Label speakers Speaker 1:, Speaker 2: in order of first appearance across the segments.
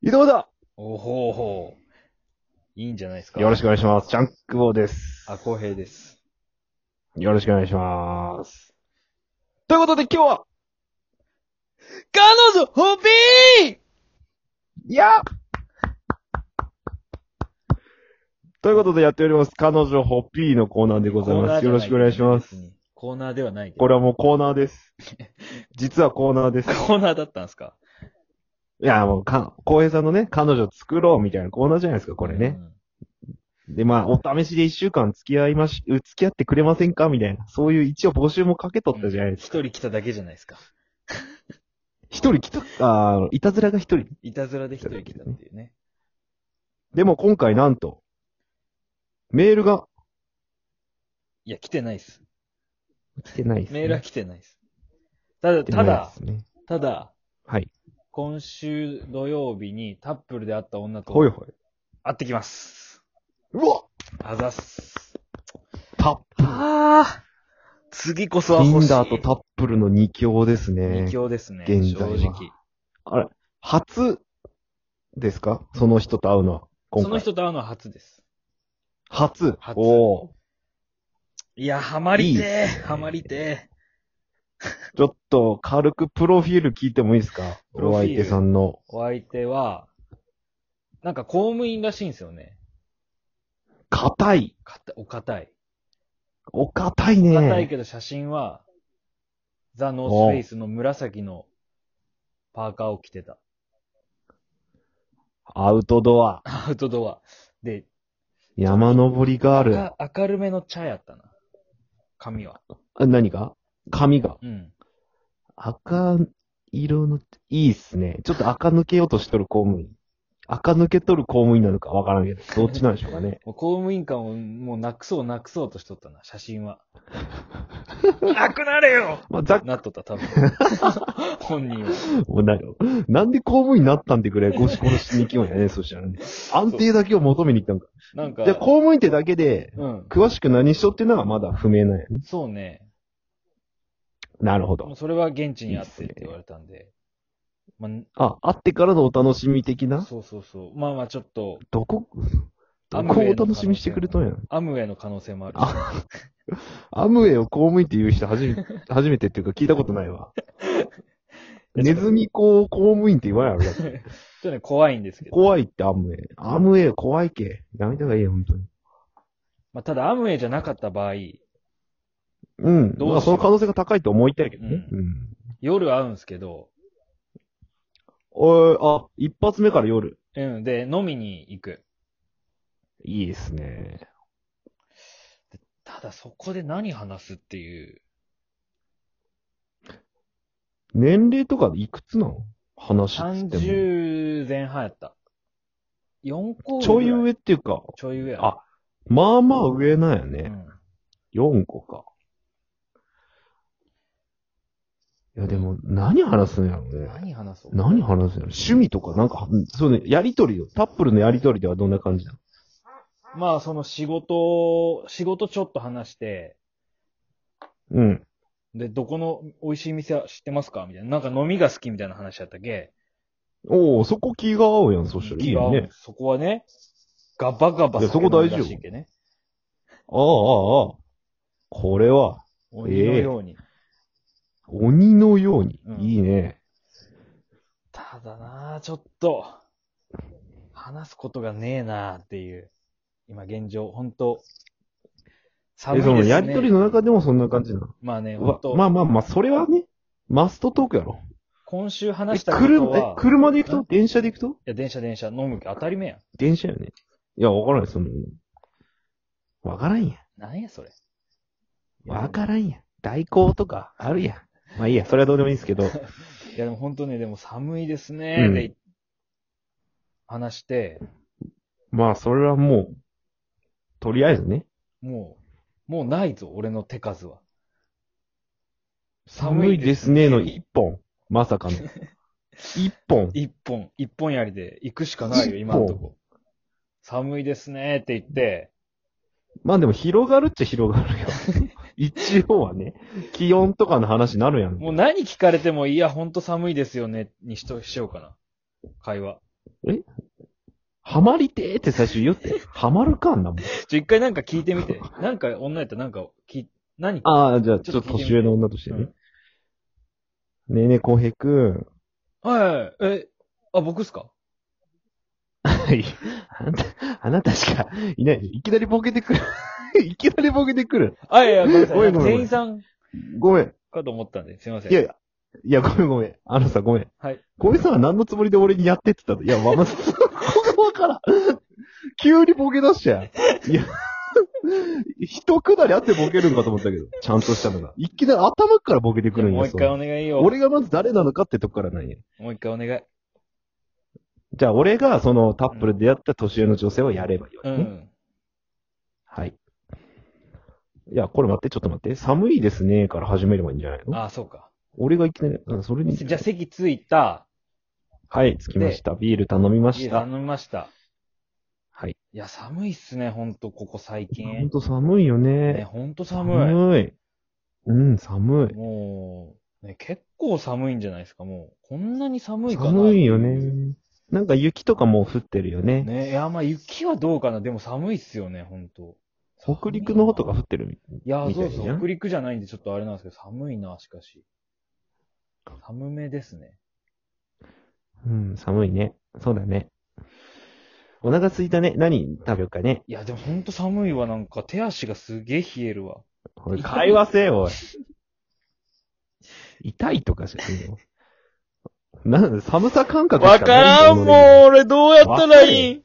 Speaker 1: 移動だ
Speaker 2: おほうほう。いいんじゃないですか。
Speaker 1: よろし
Speaker 2: く。
Speaker 1: くお願いします。ジャンクボーです。
Speaker 2: あ、公平です。
Speaker 1: よろしくお願いします。ということで今日は、
Speaker 2: 彼女、ホビー
Speaker 1: いやということでやっております。彼女ホッピーのコーナーでございます。よろしくお願いします。。
Speaker 2: コーナーではないけど。
Speaker 1: これはもうコーナーです。 実はコーナーです。
Speaker 2: コーナーだったんですか
Speaker 1: いや、もう、か、浩平さんのね、彼女作ろうみたいなコーナーじゃないですか、これね。。で、まあ、お試しで一週間付き合いまし、付き合ってくれませんかみたいな。そういう一応募集もかけと
Speaker 2: うん
Speaker 1: ったじゃないですか。
Speaker 2: 一人来ただけじゃないですか。
Speaker 1: 一人来た、あーいたずらが一人。
Speaker 2: いたずらで一人来たっていうね。
Speaker 1: でも今回なんと、メールが
Speaker 2: いや、来てないっす。
Speaker 1: 来てないです、ね。
Speaker 2: メールは来てないっす。ただ、
Speaker 1: 来て
Speaker 2: た
Speaker 1: ない
Speaker 2: だ
Speaker 1: で、すね。
Speaker 2: ただ、
Speaker 1: はい。
Speaker 2: 今週土曜日にタップルで会った女と
Speaker 1: ほいほい。
Speaker 2: 会ってきます。
Speaker 1: うわ
Speaker 2: あざっす。
Speaker 1: タップル。
Speaker 2: ああ次こそは
Speaker 1: ティ
Speaker 2: 欲し
Speaker 1: ン
Speaker 2: い。
Speaker 1: ダーとタップルの二強ですね
Speaker 2: 二。強ですね、
Speaker 1: 現
Speaker 2: 正
Speaker 1: 在は
Speaker 2: 直。
Speaker 1: あれ、初ですかその人と会うのは。今回
Speaker 2: その人と会うのは初です。
Speaker 1: 初。
Speaker 2: 初
Speaker 1: おー
Speaker 2: いや、ハマりて
Speaker 1: いい
Speaker 2: えハマりてえ
Speaker 1: ちょっと軽くプロフィール聞いてもいいですか
Speaker 2: プロ
Speaker 1: お
Speaker 2: フィール
Speaker 1: 相手さんの。
Speaker 2: お相手は、なんか公務員らしいんですよね。
Speaker 1: 硬い。
Speaker 2: かたお堅い。
Speaker 1: お硬いね。
Speaker 2: 硬いけど写真は、ザ・ノースフェイスの紫のパーカーを着てた。
Speaker 1: アウトドア。
Speaker 2: アウトドア。で、
Speaker 1: 山登りガール。
Speaker 2: あ明るめの茶やったな。髪は。
Speaker 1: あ何が髪が。
Speaker 2: うん。。
Speaker 1: 赤色の、いいっすね。ちょっと赤抜けようとしとる公務員。赤抜けとる公務員なのかわからんけど、どっちなんでしょうかね
Speaker 2: もう公務員感をもうなくそうなくそうとしとったな、写真は。なくなれよ
Speaker 1: まあ、ざっ
Speaker 2: なっとった、多分。本人は。
Speaker 1: もうななんで公務員になったんでくれ、ゴシゴシしに行きようやね、そしたらね。安定だけを求めに行ったんか。
Speaker 2: なんか
Speaker 1: じゃ、あ公務員ってだけで、
Speaker 2: うん。
Speaker 1: 詳しく何しとっていうのはまだ不明なんやね。
Speaker 2: そうね。
Speaker 1: なるほ
Speaker 2: も
Speaker 1: ど
Speaker 2: う。それは現地にあってって言われたんで。ま
Speaker 1: あ、会ってからのお楽しみ的
Speaker 2: あ、
Speaker 1: な
Speaker 2: そうそうそう。まあまあちょっと、
Speaker 1: どこ、
Speaker 2: ア
Speaker 1: ど
Speaker 2: ムウ
Speaker 1: こを
Speaker 2: ェイ
Speaker 1: お
Speaker 2: の可能性も
Speaker 1: 楽しみしてくれとんやん。
Speaker 2: アムウェイの可能性もあるし。
Speaker 1: あ、アムウェイを公務員って言う人初めて、初めてっていうか聞いたことない わ。ネズミ子を公務員って言わんやろだって。
Speaker 2: ちょっとね、怖いんですけど。
Speaker 1: 怖いってアムウェイ。アムウェイ怖いけ。やめた方がいいよ、本当に。
Speaker 2: まあただアムウェイじゃなかった場合、
Speaker 1: うん。
Speaker 2: どうしよう
Speaker 1: まあその可能性が高いと思いたいけどね。
Speaker 2: う
Speaker 1: うん。
Speaker 2: 夜会うんですけど、
Speaker 1: おい、あ、一発目から夜。
Speaker 2: うん。で、飲みに行く。
Speaker 1: いいですね。
Speaker 2: ただそこで何話すっていう。
Speaker 1: 年齢とかいくつなの話っつっても。
Speaker 2: 30前半やった。4個
Speaker 1: ちょい上っていうか、
Speaker 2: ちょい上や
Speaker 1: あまあまあ上なんや
Speaker 2: う
Speaker 1: ね。
Speaker 2: ん。
Speaker 1: 4個か。いや、でも、何話すんやろうね。
Speaker 2: 何話そう
Speaker 1: 何話すんやろ趣味とか、なんか、うんそうね、やりとりよ。タップルのやりとりではどんな感じなの
Speaker 2: まあ、その仕事、仕事ちょっと話して、
Speaker 1: うん。
Speaker 2: で、どこの美味しい店は知ってますかみたいな。なんか飲みが好きみたいな話やったっけ
Speaker 1: おおそこ気が合うやん、そしたら。いいよね。
Speaker 2: そこはね、ガバガバ
Speaker 1: いやそこ大事よ
Speaker 2: 酒飲むらしいっけね。
Speaker 1: ああ、ああ、ああ。これは、
Speaker 2: 鬼のように。
Speaker 1: 鬼のように。
Speaker 2: うん
Speaker 1: いいね。
Speaker 2: ただなあちょっと、話すことがねえなあっていう。今現状、本当寒
Speaker 1: え、
Speaker 2: いです
Speaker 1: そ
Speaker 2: ね。
Speaker 1: の、やりとりの中でもそんな感じなの
Speaker 2: まあね、
Speaker 1: う
Speaker 2: 本
Speaker 1: わ
Speaker 2: 当、
Speaker 1: まあまあまあ、それはね、マストトークやろ。
Speaker 2: 今週
Speaker 1: え、
Speaker 2: 話したこと
Speaker 1: 車、え
Speaker 2: は、、い
Speaker 1: 車で行くと電車で行くと
Speaker 2: や、電車電車、飲むけど当たり前やん。
Speaker 1: 電車よね。いや、わからない、その、わからんや。
Speaker 2: なんやそれ。
Speaker 1: わからんや。代行とかあるやん。まあいいや、それはどうでもいいんですけど。
Speaker 2: いや、でも本当ね、でも寒いですね、
Speaker 1: うん
Speaker 2: で、話して、
Speaker 1: まあ、それはもう、とりあえずね。
Speaker 2: もう、もうないぞ、俺の手数は。
Speaker 1: 寒いですねの一本。まさ かの。一本。
Speaker 2: 一本、一本やりで行くしかないよ、今のとこ。寒いですねって言って、
Speaker 1: まあでも広がるっちゃ広がる よ。一応はね、気温とかの話になるやん。
Speaker 2: もう何聞かれても、いや、ほんと寒いですよね、にしと、しようかな。会話。
Speaker 1: ハマりてーって最初言って、ハマるかんなもん。
Speaker 2: ちょ、一回なんか聞いてみて。なんか女やったらなんか聞い、何か。
Speaker 1: ああ、じゃあ、ちょっと
Speaker 2: ちょっと聞いてみて
Speaker 1: 年上の女としてね。ねえねえ、浩平くん。
Speaker 2: はいはい。え、あ、僕っすか
Speaker 1: はい。あなた、あなたしかいない。いきなりボケてくる。 いきなりボケてくる。
Speaker 2: あ、いやいや、ごめんなさい
Speaker 1: ごめんごめんごめん
Speaker 2: 店員さん
Speaker 1: ごめん。
Speaker 2: かと思ったんで、すいません。
Speaker 1: いやいや、いや、ごめんごめん。あのさ、ごめん。
Speaker 2: はい。
Speaker 1: 小林さんは何のつもりで俺にやってって言ったのいや、まあ、まず、そこわからん。急にボケ出しちゃう。いや、一くだりあってボケるのかと思ったけど、ちゃんとしたのが。いきなり頭からボケてくるん
Speaker 2: もう
Speaker 1: や、
Speaker 2: 一回
Speaker 1: そ
Speaker 2: お願いよ。
Speaker 1: の俺がまず誰なのかってとこからなんや。
Speaker 2: もう一回お願い。
Speaker 1: じゃあ、俺がそのタップルで出会った年上の女性をやればいいわ
Speaker 2: う
Speaker 1: けね。
Speaker 2: ん。
Speaker 1: はい。いや、これ待って、ちょっと待って。寒いですね、から始めればいいんじゃないの
Speaker 2: あ、そうか。
Speaker 1: 俺がいきなり、うんそれに。
Speaker 2: じゃあ席着いた。
Speaker 1: はい、着きました。ビール頼みま
Speaker 2: 家
Speaker 1: し
Speaker 2: 頼
Speaker 1: た。
Speaker 2: みました。
Speaker 1: はい。
Speaker 2: いや、寒いっすね、ほんと、ここ最
Speaker 1: ほん
Speaker 2: 近。
Speaker 1: と寒いよ
Speaker 2: ね、
Speaker 1: ね。
Speaker 2: ほんと寒
Speaker 1: い。うん、寒
Speaker 2: い。もう、ね、結構寒いんじゃないですか、もう。こんなに寒
Speaker 1: い。
Speaker 2: いかな。
Speaker 1: 寒いよね。なんか雪とかもう降ってるよね。
Speaker 2: ね、いや、まあ雪はどうかな。でも寒いっすよね、ほんと。
Speaker 1: 北陸の方とか降ってるみたい。
Speaker 2: いや、
Speaker 1: みたい
Speaker 2: そ
Speaker 1: うじゃん
Speaker 2: そう。北陸じゃないんで、ちょっとあれなんですけど、寒いな、しかし。寒めですね。
Speaker 1: うん、寒いね。そうだね。お腹空いたね。何食べようかね。
Speaker 2: いや、でもほんと寒いわ、なんか。手足がすげえ冷えるわ。
Speaker 1: おい会話せよ、おい。痛いとかしか言うの。なんだ、寒さ感覚
Speaker 2: わ
Speaker 1: し
Speaker 2: か
Speaker 1: かない
Speaker 2: らん、もう、俺どうやったらいいん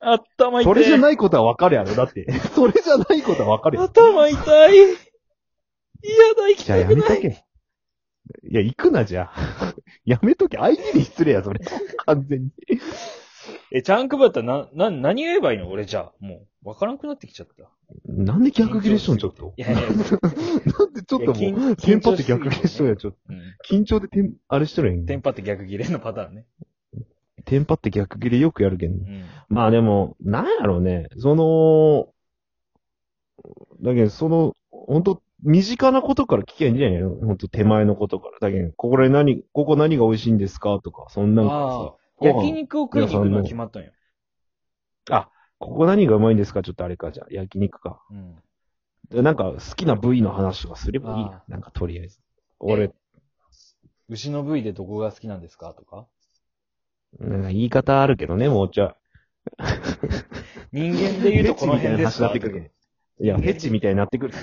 Speaker 2: 頭痛い。
Speaker 1: それじゃ
Speaker 2: い。
Speaker 1: ないことはわかる やろ。だって、それじゃないことはわかるやろ。
Speaker 2: 頭痛い。嫌だ、行き
Speaker 1: じゃあ
Speaker 2: た
Speaker 1: や
Speaker 2: く
Speaker 1: め
Speaker 2: な
Speaker 1: と
Speaker 2: い。
Speaker 1: け。いや、行くな、じゃあ。やめとけ。相手に失礼や、それ。完全に。
Speaker 2: え、チャンクバったらな、な、何言えばいいの俺じゃあ。もう、わからんくなってきちゃ った。
Speaker 1: なんで逆ギレしとん、ちょっと。
Speaker 2: いやいやいや
Speaker 1: なんでちょっと
Speaker 2: いや
Speaker 1: も
Speaker 2: 緊
Speaker 1: う、テンパって逆ギレしとんや、
Speaker 2: 緊張しすぎてね
Speaker 1: ちょっと。
Speaker 2: うん。
Speaker 1: 緊張でテン、あれしとるやん。
Speaker 2: テンパって逆切れのパターンね。
Speaker 1: テンパって逆ギレよくやるけん。
Speaker 2: うん。
Speaker 1: まあでも、なんやろうね。その、だけど、その、本当身近なことから聞きゃいいんじゃないの本当手前のことから。だけど、ここで何、ここ何が美味しいんですかとか、そんなんから
Speaker 2: あ
Speaker 1: さ
Speaker 2: あ。
Speaker 1: ご飯
Speaker 2: 焼肉を食いに行くのは決まったんよ。
Speaker 1: ここ何がうまいんですかちょっとあれか、じゃあ、焼肉か。
Speaker 2: うん。
Speaker 1: でなんか、好きな部位の話とかすればいい
Speaker 2: あ
Speaker 1: な。なんか、とりあえず。俺、
Speaker 2: 牛の部位でどこが好きなんですかとか。
Speaker 1: なんか言い方あるけどね、もうちょい。
Speaker 2: 人間で言うとこの辺ですか
Speaker 1: フェチみたいな話になってくるいや、フェチみたいになってくる。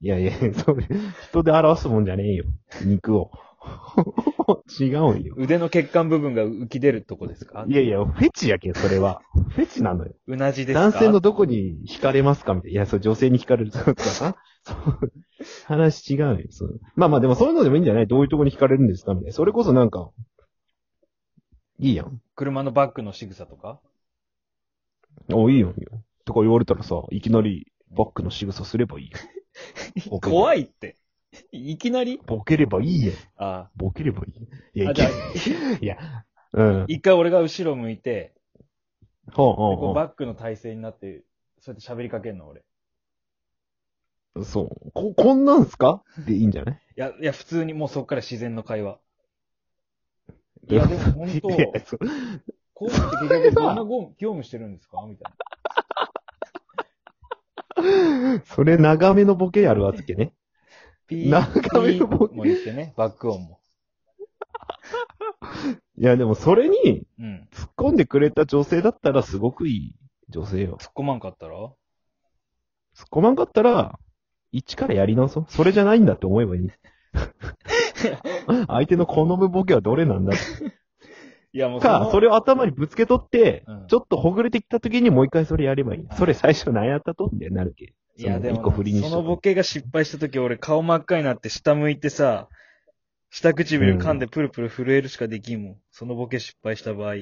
Speaker 1: いやいや、それ、人で表すもんじゃねえよ。肉を。 違うんよ。
Speaker 2: 腕の血管部分が浮き出るとこですか
Speaker 1: いやいや、フェチやけん、それは。フェチなのよ。
Speaker 2: うなじですか
Speaker 1: 男性のどこに惹かれますかみたいな。いや、そう、女性に惹かれるとかさ。そう話違うよ。そうまあまあ、でもそういうのでもいいんじゃないどういうとこに惹かれるんですかみたいな。それこそなんか、いいやん。
Speaker 2: 車のバックの仕草とか
Speaker 1: お、いいやんよ。とか言われたらさ、いきなり、バックの仕草すればい いよ。
Speaker 2: 怖
Speaker 1: い。
Speaker 2: いって。いきなり
Speaker 1: ボケればいいやん。
Speaker 2: あ
Speaker 1: ボケればいい。いや、
Speaker 2: あ。あ、
Speaker 1: い
Speaker 2: じゃあ
Speaker 1: け、いや、うん。
Speaker 2: 一回俺が後ろ向いて、
Speaker 1: ほう
Speaker 2: で
Speaker 1: ほう
Speaker 2: こう
Speaker 1: ほ。
Speaker 2: バックの体勢になって、そうやって喋りかけんの俺。いう
Speaker 1: そう。こ、こんなんすかでいいんじゃない
Speaker 2: や、いや、普通にもうそっから自然の会話。いや、でも本当、
Speaker 1: いやそう
Speaker 2: こうって結局どんなご業務してるんですかみたい
Speaker 1: それ長めのボケやるわけね。
Speaker 2: な。
Speaker 1: なんか
Speaker 2: ピ
Speaker 1: 見
Speaker 2: ー
Speaker 1: るボケ
Speaker 2: も言ってね、バック音も。
Speaker 1: いや、でもそれに
Speaker 2: うん。
Speaker 1: 突っ込んでくれた女性だったらすごくいい女性よ。
Speaker 2: 突っ込まんかったら
Speaker 1: 突っ込まんかったら、一からやり直そう。それじゃないんだって思えば いい。相手の好むボケはどれなんだ
Speaker 2: いや、もう
Speaker 1: か、そ
Speaker 2: れ、
Speaker 1: れを頭にぶつけ取って、
Speaker 2: うん
Speaker 1: ちょっとほぐれてきた時にもう一回それやればいい。
Speaker 2: はい
Speaker 1: それ最初何やったとみたいになるけ。
Speaker 2: いや、
Speaker 1: その
Speaker 2: で
Speaker 1: 一個
Speaker 2: も
Speaker 1: 振り
Speaker 2: な、
Speaker 1: にし
Speaker 2: そ
Speaker 1: とく
Speaker 2: のボケが失敗した時俺顔真っ赤になって下向いてさ、下唇噛んでプルプル震えるしかできんもん。そのボケ失敗した場合。
Speaker 1: う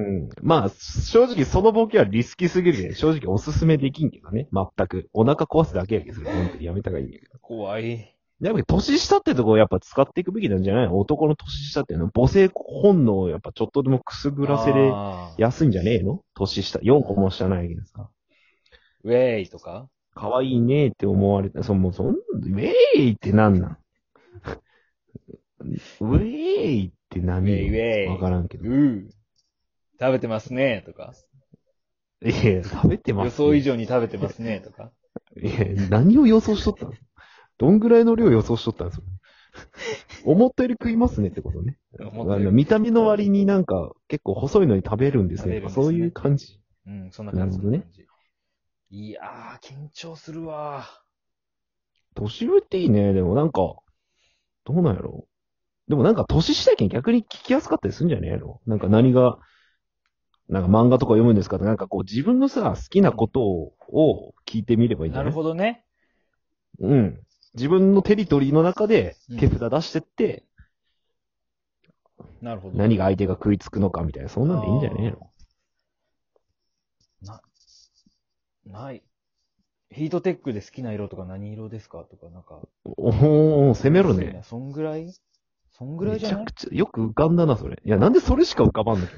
Speaker 1: ん。まあ、正直そのボケはリスキーすぎるで、正直おすすめできんけどね。全く。お腹壊すだけやけど、それ本当にやめた方がいいんやけど。
Speaker 2: 怖い。
Speaker 1: やっぱり年下ってとこをやっぱ使っていくべきなんじゃないの男の年下っていうのは母性本能をやっぱちょっとでもくすぐらせれ
Speaker 2: あー
Speaker 1: やすいんじゃねえの年下。4個も下ないけどさ。
Speaker 2: ウェーイとか
Speaker 1: 可愛いねって思われた。そもうそん、ウェーイってなんなんウェーイって何
Speaker 2: ウェイウェイ
Speaker 1: わからんけ
Speaker 2: う
Speaker 1: ど。
Speaker 2: ー。食べてますね、とか。
Speaker 1: いや、食べてます、
Speaker 2: 予想以上に食べてますね、とか。
Speaker 1: いや、何を予想しとったのどんぐらいの量予想しとったんですか思ったより食いますねってことね。
Speaker 2: 思った
Speaker 1: あ
Speaker 2: より
Speaker 1: の見た目の割になんか結構細いのに食べるんですね。
Speaker 2: 食べるんですね
Speaker 1: そういう感じ。
Speaker 2: うん、そんな感じ。
Speaker 1: なるほどね
Speaker 2: そんな感じ。いやー、緊張するわ
Speaker 1: 年上っていいね。でもなんか、どうなんやろでもなんか年下やけん逆に聞きやすかったりするんじゃねえのなんか何が、なんか漫画とか読むんですかってなんかこう自分のさ、好きなことをを聞いてみればいいんじ
Speaker 2: な
Speaker 1: ゃない
Speaker 2: るほどね。
Speaker 1: うん。自分のテリトリーの中で
Speaker 2: うん
Speaker 1: 手札出してって、
Speaker 2: なるほど。
Speaker 1: 何が相手が食いつくのかみたいな、そんなんでいいんじゃねえの
Speaker 2: ない。ヒートテックで好きな色とか何色ですかとか、なんか。
Speaker 1: おお攻めるね。。
Speaker 2: そんぐらいそんぐら
Speaker 1: め
Speaker 2: いじ
Speaker 1: ち
Speaker 2: ゃ
Speaker 1: ゃ
Speaker 2: ない
Speaker 1: くちゃ、よく浮かんだな、それ。いや、なんでそれしか浮かばんの
Speaker 2: い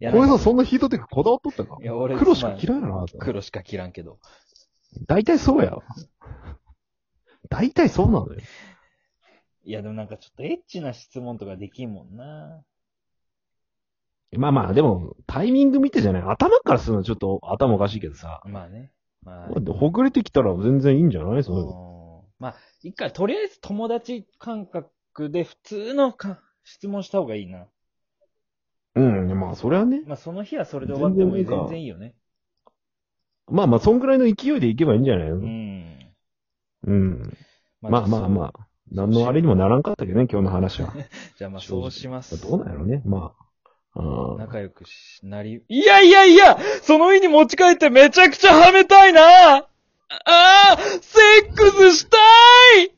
Speaker 2: や
Speaker 1: 小江
Speaker 2: なん
Speaker 1: さ
Speaker 2: か
Speaker 1: ん、そんなヒートテックこだわっとったか
Speaker 2: いや俺
Speaker 1: 黒しか嫌いだな。
Speaker 2: 黒しか着らんけど。
Speaker 1: 大体そうやわ。大体そうなのよ。
Speaker 2: いや、でもなんかちょっとエッチな質問とかできんもんな。
Speaker 1: まあまあ、でも、タイミング見てじゃない。頭からするのはちょっと頭おかしいけどさ。
Speaker 2: まあね。まあ。
Speaker 1: ほぐれてきたら全然いいんじゃないそういうの
Speaker 2: うんまあ、一回、とりあえず友達感覚で普通のか質問した方がいいな。
Speaker 1: うん、まあ、それはね。
Speaker 2: まあ、その日はそれで終わっても
Speaker 1: 全然いいか
Speaker 2: 全然いいよね。
Speaker 1: まあまあ、そんぐらいの勢いでいけばいいんじゃないの
Speaker 2: う
Speaker 1: うん。
Speaker 2: ん。
Speaker 1: まあまあまあ、何のあれにもならんかったけどね、今日の話は。
Speaker 2: じゃあまあそうします。
Speaker 1: どうなんやろね。まあ。うん
Speaker 2: 仲良くしなり、いやいやいやその日に持ち帰ってめちゃくちゃはめたいなああーセックスしたい